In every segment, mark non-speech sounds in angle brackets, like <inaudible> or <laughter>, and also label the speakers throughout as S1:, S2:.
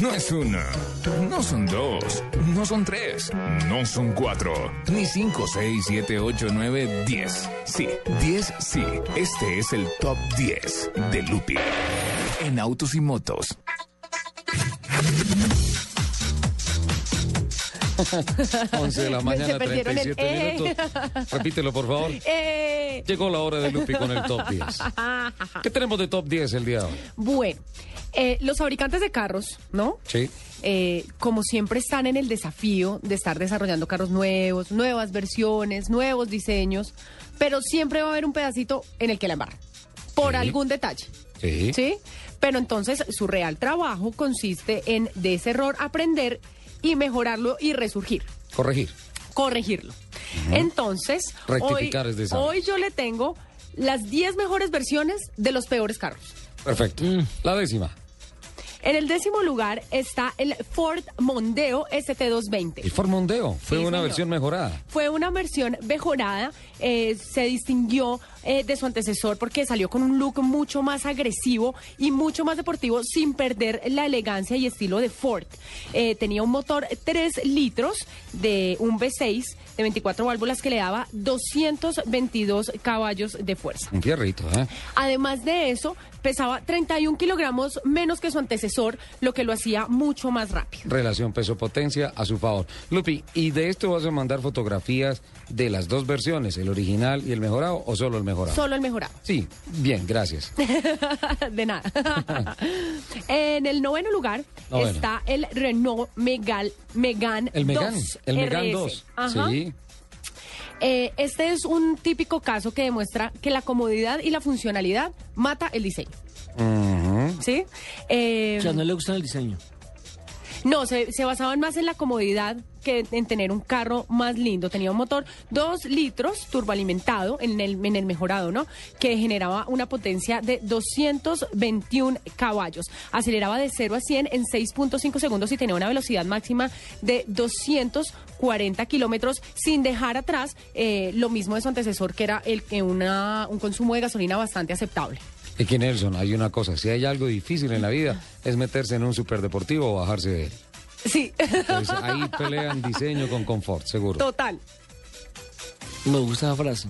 S1: No es una, no son dos, no son tres, no son cuatro, ni cinco, seis, siete, ocho, nueve, diez. Sí, diez, sí. Este es el top 10 de Lupi en autos y
S2: <laughs>
S1: motos.
S2: de
S3: <laughs>
S2: la mañana,
S3: perdieron el
S2: 37 minutos. <laughs> Repítelo, por favor.
S3: Eh, ah,
S2: Llegó la hora de Lupi con el top 10. ¿Qué tenemos de top 10 el día de hoy?
S3: bueno, eh, los fabricantes de carros, ¿no?
S2: Sí.
S3: Eh, como siempre están en el desafío de estar desarrollando carros nuevos, nuevas versiones, nuevos diseños, pero siempre va a haber un pedacito en el que la embarra, por
S2: Sí.
S3: algún detalle.
S2: Sí.
S3: ¿Sí? Pero entonces su real trabajo consiste en de ese error aprender y mejorarlo y resurgir.
S2: Corregir.
S3: corregirlo. Entonces,
S2: Rectificar
S3: hoy,
S2: es de sabios.
S3: hoy yo le tengo las 10 mejores versiones de los peores carros.
S2: Perfecto.
S3: Mm.
S2: La décima.
S3: En el décimo lugar está el Ford Mondeo
S2: El
S3: ST220.
S2: Formondeo. Fue
S3: Sí,
S2: una
S3: señor.
S2: versión mejorada.
S3: Fue una versión mejorada, eh, se distinguió eh, de su antecesor porque salió con un look mucho más agresivo y mucho más deportivo sin perder la elegancia y estilo de Ford. Eh, tenía un motor 3 litros de un V6 de 24 válvulas que le daba 222 caballos de fuerza.
S2: Un fierrito, ¿eh?
S3: Además de eso, pesaba 31 kilogramos menos que su antecesor, lo que lo hacía mucho más rápido.
S2: Relación peso-potencia a su favor. Lupi, ¿y de esto vas a mandar fotografías de las dos versiones, el original y el mejorado, o solo el mejorado?
S3: Solo el mejorado,
S2: Sí, bien,
S3: <laughs>
S2: gracias.
S3: de nada. <laughs> en el noveno lugar
S2: Noveno.
S3: está el Renault Megal, Megan
S2: Ah, El Megan,
S3: 2
S2: el Megan
S3: RS.
S2: 2.
S3: Ajá.
S2: Sí,
S3: Eh, este es un típico caso que demuestra que la comodidad y la funcionalidad mata el diseño. ¿Sí? Eh,
S4: O sea, no le gusta el diseño.
S3: No, se, se basaban más en la comodidad que en tener un carro más lindo. Tenía un motor 2 litros turboalimentado en el, en el mejorado, ¿no? Que generaba una potencia de 221 caballos. Aceleraba de 0 a 100 en 6.5 segundos y tenía una velocidad máxima de 240 kilómetros sin dejar atrás eh, lo mismo de su antecesor, que era el, que una, un consumo de gasolina bastante aceptable.
S2: Y que Nelson, hay una cosa, si hay algo difícil en la vida es meterse en un superdeportivo o bajarse de él.
S3: Sí, <laughs>
S2: Entonces, Pues ahí pelean diseño con confort, seguro.
S3: total.
S4: Me gusta esa frase.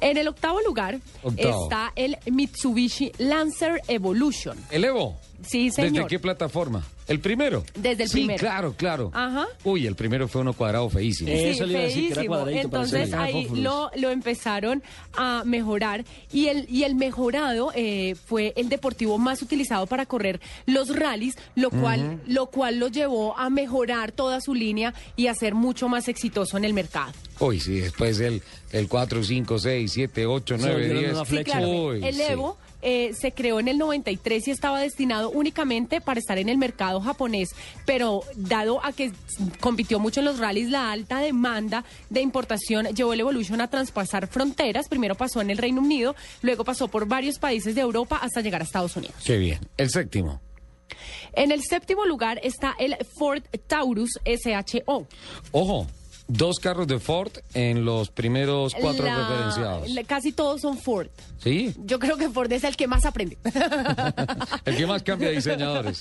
S3: En el octavo lugar
S2: Octavo.
S3: está el Mitsubishi Lancer Evolution.
S2: El Evo.
S3: Sí, señor.
S2: ¿Desde qué plataforma? ¿El primero?
S3: Desde el
S2: sí,
S3: primero.
S2: claro, claro.
S3: Ajá.
S2: Uy, el primero fue uno cuadrado feísimo.
S4: Eh, Eso
S3: sí,
S4: le iba a decir que era
S3: feísimo.
S4: cuadradito, parecía
S3: Entonces
S4: una caja de
S3: ahí
S4: fósforos.
S3: lo, lo empezaron a mejorar y el, y el mejorado eh, fue el deportivo más utilizado para correr los rallies, lo cual, lo cual lo llevó a mejorar toda su línea y a ser mucho más exitoso en el mercado.
S2: Uy, sí, después el, el 4, 5, 6, 7, 8,
S4: Se
S2: 9,
S4: volvieron
S2: 10.
S4: una
S3: Sí,
S4: flecha.
S3: claro.
S2: Uy,
S3: el
S2: sí.
S3: Evo eh, se creó en el 93 y estaba destinado únicamente para estar en el mercado japonés, pero dado a que s- compitió mucho en los rallies, la alta demanda de importación llevó el Evolution a traspasar fronteras. Primero pasó en el Reino Unido, luego pasó por varios países de Europa hasta llegar a Estados Unidos.
S2: Qué bien. El séptimo.
S3: En el séptimo lugar está el Ford Taurus SHO.
S2: Ojo, dos carros de Ford en los primeros cuatro
S3: La-
S2: referenciados.
S3: la- casi todos son Ford.
S2: Sí.
S3: Yo creo que Ford es el que más aprende. <laughs>
S2: El que más cambia de diseñadores.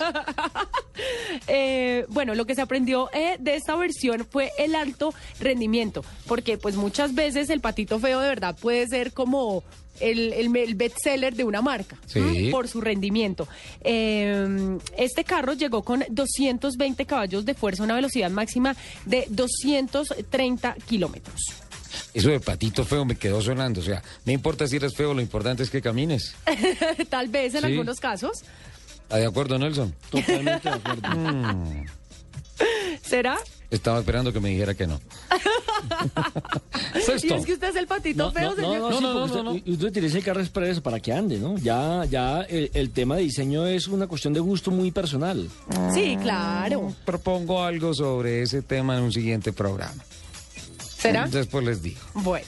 S3: Eh, bueno, lo que se aprendió eh, de esta versión fue el alto rendimiento, porque pues muchas veces el patito feo de verdad puede ser como el, el, el bestseller de una marca
S2: Sí.
S3: ¿m? por su rendimiento. Eh, este carro llegó con 220 caballos de fuerza, una velocidad máxima de 230 kilómetros. <laughs>
S2: Eso de patito feo me quedó sonando. O sea, no importa si eres feo, lo importante es que camines.
S3: Tal vez en
S2: Sí.
S3: algunos casos.
S2: ¿Está de acuerdo, Ah, Nelson?
S3: <laughs>
S4: Totalmente de acuerdo.
S3: ¿Será?
S2: Estaba esperando que me dijera que no.
S3: Y
S2: Sexto.
S3: es que usted es el patito feo,
S4: no,
S3: señor.
S4: no, no, sí,
S2: No, no,
S4: porque
S2: no,
S4: usted, usted utiliza el carro es para eso, para que ande, ¿no? Ya, ya el, el tema de diseño es una cuestión de gusto muy personal.
S3: Sí, claro.
S2: Propongo algo sobre ese tema en un siguiente programa.
S3: ¿Será?
S2: Después les digo.
S3: Bueno.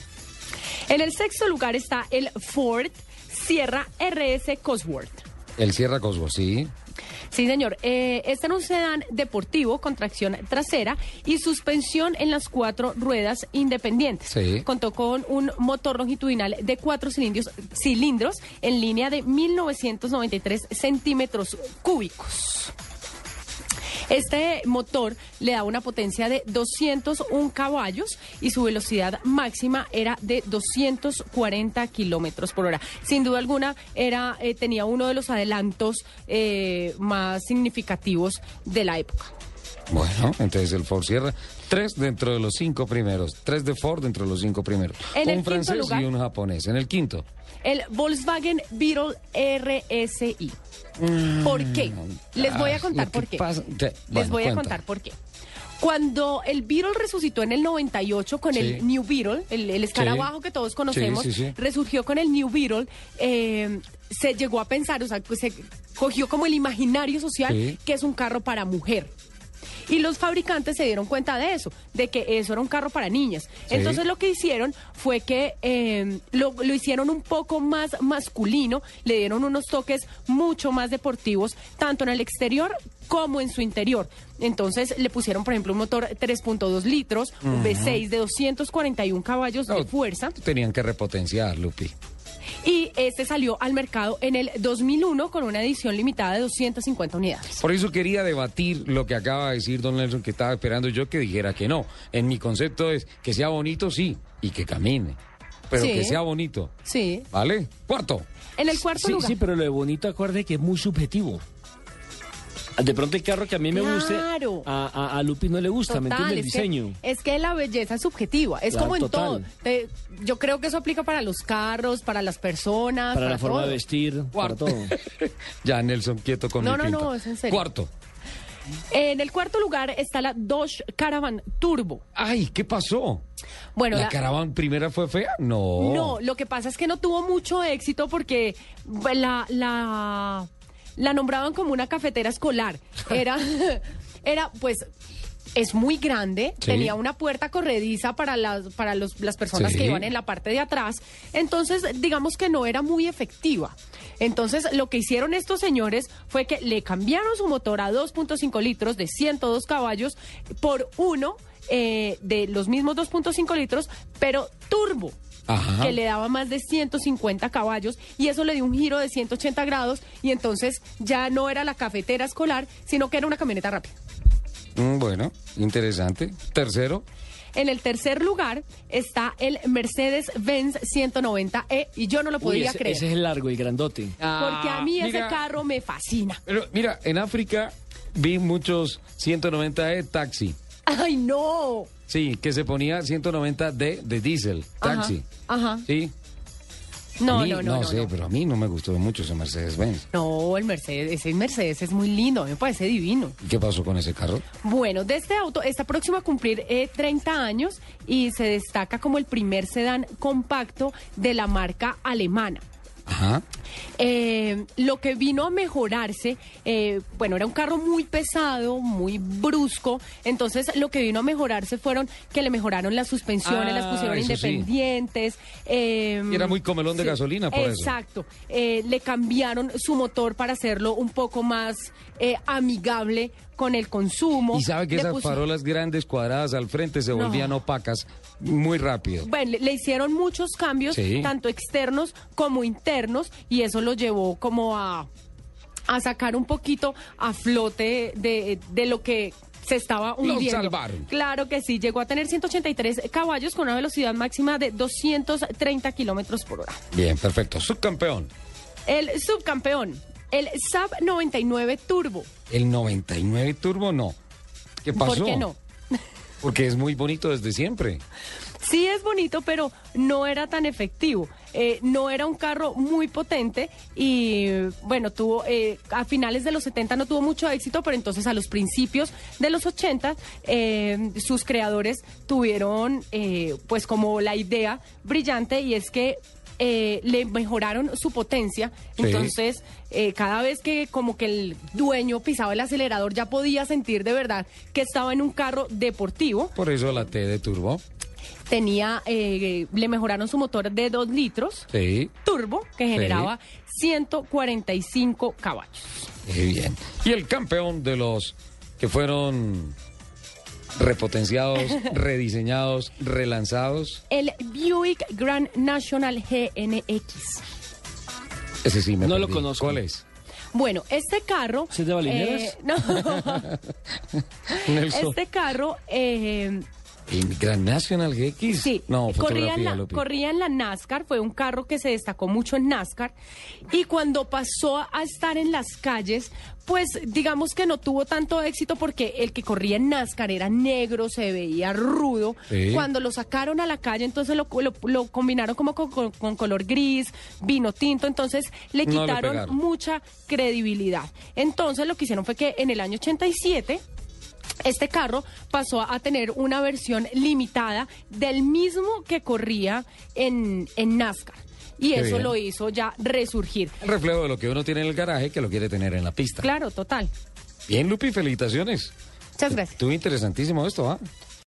S3: En el sexto lugar está el Ford Sierra RS Cosworth.
S2: El Sierra Cosbo, sí.
S3: Sí, señor. Eh, este era un sedán deportivo con tracción trasera y suspensión en las cuatro ruedas independientes.
S2: Sí.
S3: Contó con un motor longitudinal de cuatro cilindros, cilindros en línea de 1993 centímetros cúbicos. Este motor le daba una potencia de 201 caballos y su velocidad máxima era de 240 kilómetros por hora. Sin duda alguna, era, eh, tenía uno de los adelantos eh, más significativos de la época.
S2: Bueno, entonces el Ford Sierra. Tres dentro de los cinco primeros. Tres de Ford dentro de los cinco primeros.
S3: En el
S2: un
S3: quinto
S2: francés
S3: lugar-
S2: y un japonés. En el quinto.
S3: El Volkswagen Beetle RSI. ¿Por qué? Les voy a
S2: Ah,
S3: contar
S2: lo
S3: por
S2: que
S3: qué.
S2: Mm. pasa- te-
S3: Les
S2: bueno,
S3: voy a
S2: cuenta.
S3: contar por qué. Cuando el Beetle resucitó en el 98 con
S2: Sí.
S3: el New Beetle, el, el escarabajo que todos conocemos,
S2: Sí, sí, sí.
S3: resurgió con el New Beetle, eh, se llegó a pensar, o sea, pues, se cogió como el imaginario social
S2: Sí.
S3: que es un carro para mujer. Y los fabricantes se dieron cuenta de eso, de que eso era un carro para niñas.
S2: Sí.
S3: Entonces lo que hicieron fue que eh, lo, lo hicieron un poco más masculino, le dieron unos toques mucho más deportivos, tanto en el exterior como en su interior. Entonces le pusieron, por ejemplo, un motor 3.2 litros, un V6 de 241 caballos de
S2: No,
S3: fuerza.
S2: Tenían que repotenciar, Lupi.
S3: Y este salió al mercado en el 2001 con una edición limitada de 250 unidades.
S2: Por eso quería debatir lo que acaba de decir don Nelson, que estaba esperando yo que dijera que no. En mi concepto es que sea bonito, sí, y que camine. Pero
S3: Sí.
S2: que sea bonito.
S3: Sí.
S2: ¿Vale? Cuarto.
S3: En el cuarto
S4: sí,
S3: lugar.
S4: sí, pero lo de bonito, acuerde que es muy subjetivo. De pronto el carro que a mí me guste,
S3: Claro.
S4: a, a- a Lupi no le gusta, ¿me entiende? El
S3: es que-
S4: diseño.
S3: es Que, la belleza es subjetiva, es
S4: Claro,
S3: como en
S4: total.
S3: todo. Te- yo creo que eso aplica para los carros, para las personas,
S4: Para la forma
S3: todo.
S4: de vestir,
S2: Cuarto.
S3: <laughs>
S4: para todo.
S2: Ya, Nelson, quieto con
S3: No,
S2: mi
S3: no,
S2: pinta.
S3: no, es en serio.
S2: Cuarto.
S3: En el cuarto lugar está la Dodge Caravan Turbo.
S2: Ay, ¿qué pasó?
S3: Bueno,
S2: ¿La
S3: la-
S2: caravana primera fue fea? No.
S4: Oh.
S3: No, lo que pasa es que no tuvo mucho éxito porque la, la, la nombraban como una cafetera escolar. Era, <laughs> era pues... Es muy grande,
S2: Sí.
S3: tenía una puerta corrediza para las, para los- las personas
S2: Sí.
S3: que iban en la parte de atrás, entonces digamos que no era muy efectiva. Entonces lo que hicieron estos señores fue que le cambiaron su motor a 2.5 litros de 102 caballos por uno eh, de los mismos 2.5 litros, pero turbo
S2: Ajá.
S3: que le daba más de 150 caballos y eso le dio un giro de 180 grados y entonces ya no era la cafetera escolar, sino que era una camioneta rápida.
S2: Mm, bueno, interesante. Tercero.
S3: En el tercer lugar está el Mercedes-Benz 190E y yo no lo
S4: Uy,
S3: podía
S4: ese,
S3: creer
S4: ese es el largo y grandote.
S3: porque a mí
S2: mira.
S3: ese carro me fascina.
S2: Pero mira, en África vi muchos 190E taxi.
S3: ¡Ay, no!
S2: Sí, que se ponía 190 de, de diésel, taxi.
S3: Ajá, ajá.
S2: Sí. A
S3: No,
S2: mí-
S3: no, no, no.
S2: sé,
S3: no.
S2: pero a mí no me gustó mucho ese Mercedes-Benz.
S3: No, el Mercedes, ese Mercedes es muy lindo, me parece divino.
S2: ¿Y ¿Qué pasó con ese carro?
S3: Bueno, de este auto está próximo a cumplir eh, 30 años y se destaca como el primer sedán compacto de la marca alemana.
S2: Ajá.
S3: Eh, lo que vino a mejorarse, eh, bueno, era un carro muy pesado, muy brusco, entonces lo que vino a mejorarse fueron que le mejoraron las suspensiones,
S2: Ah,
S3: las pusieron
S2: eso sí.
S3: independientes. eh,
S2: Y era muy comelón de gasolina por eso.
S3: Exacto. Eh, le cambiaron su motor para hacerlo un poco más eh, amigable con el consumo.
S2: Y sabe que
S3: Le
S2: esas
S3: puso-
S2: farolas grandes cuadradas al frente se
S3: No.
S2: volvían opacas muy rápido.
S3: Bueno, le, le hicieron muchos cambios,
S2: Sí.
S3: tanto externos como internos, y eso lo llevó como a, a sacar un poquito a flote de, de lo que se estaba hundiendo.
S2: salvaron.
S3: Claro que sí, llegó a tener 183 caballos con una velocidad máxima de 230 kilómetros por hora.
S2: Bien, perfecto. Subcampeón.
S3: El subcampeón, el Saab 99 Turbo.
S2: El 99 Turbo no. ¿Qué pasó?
S3: ¿Por qué no?
S2: Porque es muy bonito desde siempre.
S3: Sí es bonito, pero no era tan efectivo. eh, no era un carro muy potente y bueno, tuvo eh, a finales de los 70 no tuvo mucho éxito, pero entonces a los principios de los 80 eh, sus creadores tuvieron eh, pues como la idea brillante y es que eh, le mejoraron su potencia.
S2: Sí.
S3: Entonces, eh, cada vez que como que el dueño pisaba el acelerador ya podía sentir de verdad que estaba en un carro deportivo.
S2: Por eso la T de turbo.
S3: Tenía, eh, le mejoraron su motor de 2 litros
S2: Sí.
S3: turbo que generaba 145 caballos.
S2: Muy eh, bien. Y el campeón de los que fueron
S3: <laughs>
S2: repotenciados, rediseñados, relanzados.
S3: El Buick Grand National GNX.
S2: Ese sí me
S4: No lo
S2: perdí.
S4: conozco.
S2: ¿Cuál es?
S3: Bueno, este carro. eh,
S4: ¿Es de Balineras?
S3: no. <laughs>
S2: Nelson.
S3: este carro. eh,
S2: ¿El Gran National GX?
S3: Sí,
S2: No,
S3: corría, en
S2: fotografía,
S3: la,
S2: Lupi.
S3: corría en la NASCAR, fue un carro que se destacó mucho en NASCAR y cuando pasó a estar en las calles, pues digamos que no tuvo tanto éxito porque el que corría en NASCAR era negro, se veía rudo.
S2: Sí.
S3: Cuando lo sacaron a la calle, entonces lo, lo- lo combinaron como con, con- con color gris, vino tinto, entonces le
S2: No le
S3: quitaron
S2: pegaron.
S3: mucha credibilidad. Entonces lo que hicieron fue que en el año 87 este carro pasó a tener una versión limitada del mismo que corría en, en NASCAR. Y
S2: Qué
S3: eso
S2: bien.
S3: lo hizo ya resurgir.
S2: El reflejo de lo que uno tiene en el garaje que lo quiere tener en la pista.
S3: Claro, total.
S2: Bien, Lupi, felicitaciones.
S3: Muchas gracias.
S2: Estuvo interesantísimo esto, ¿ah?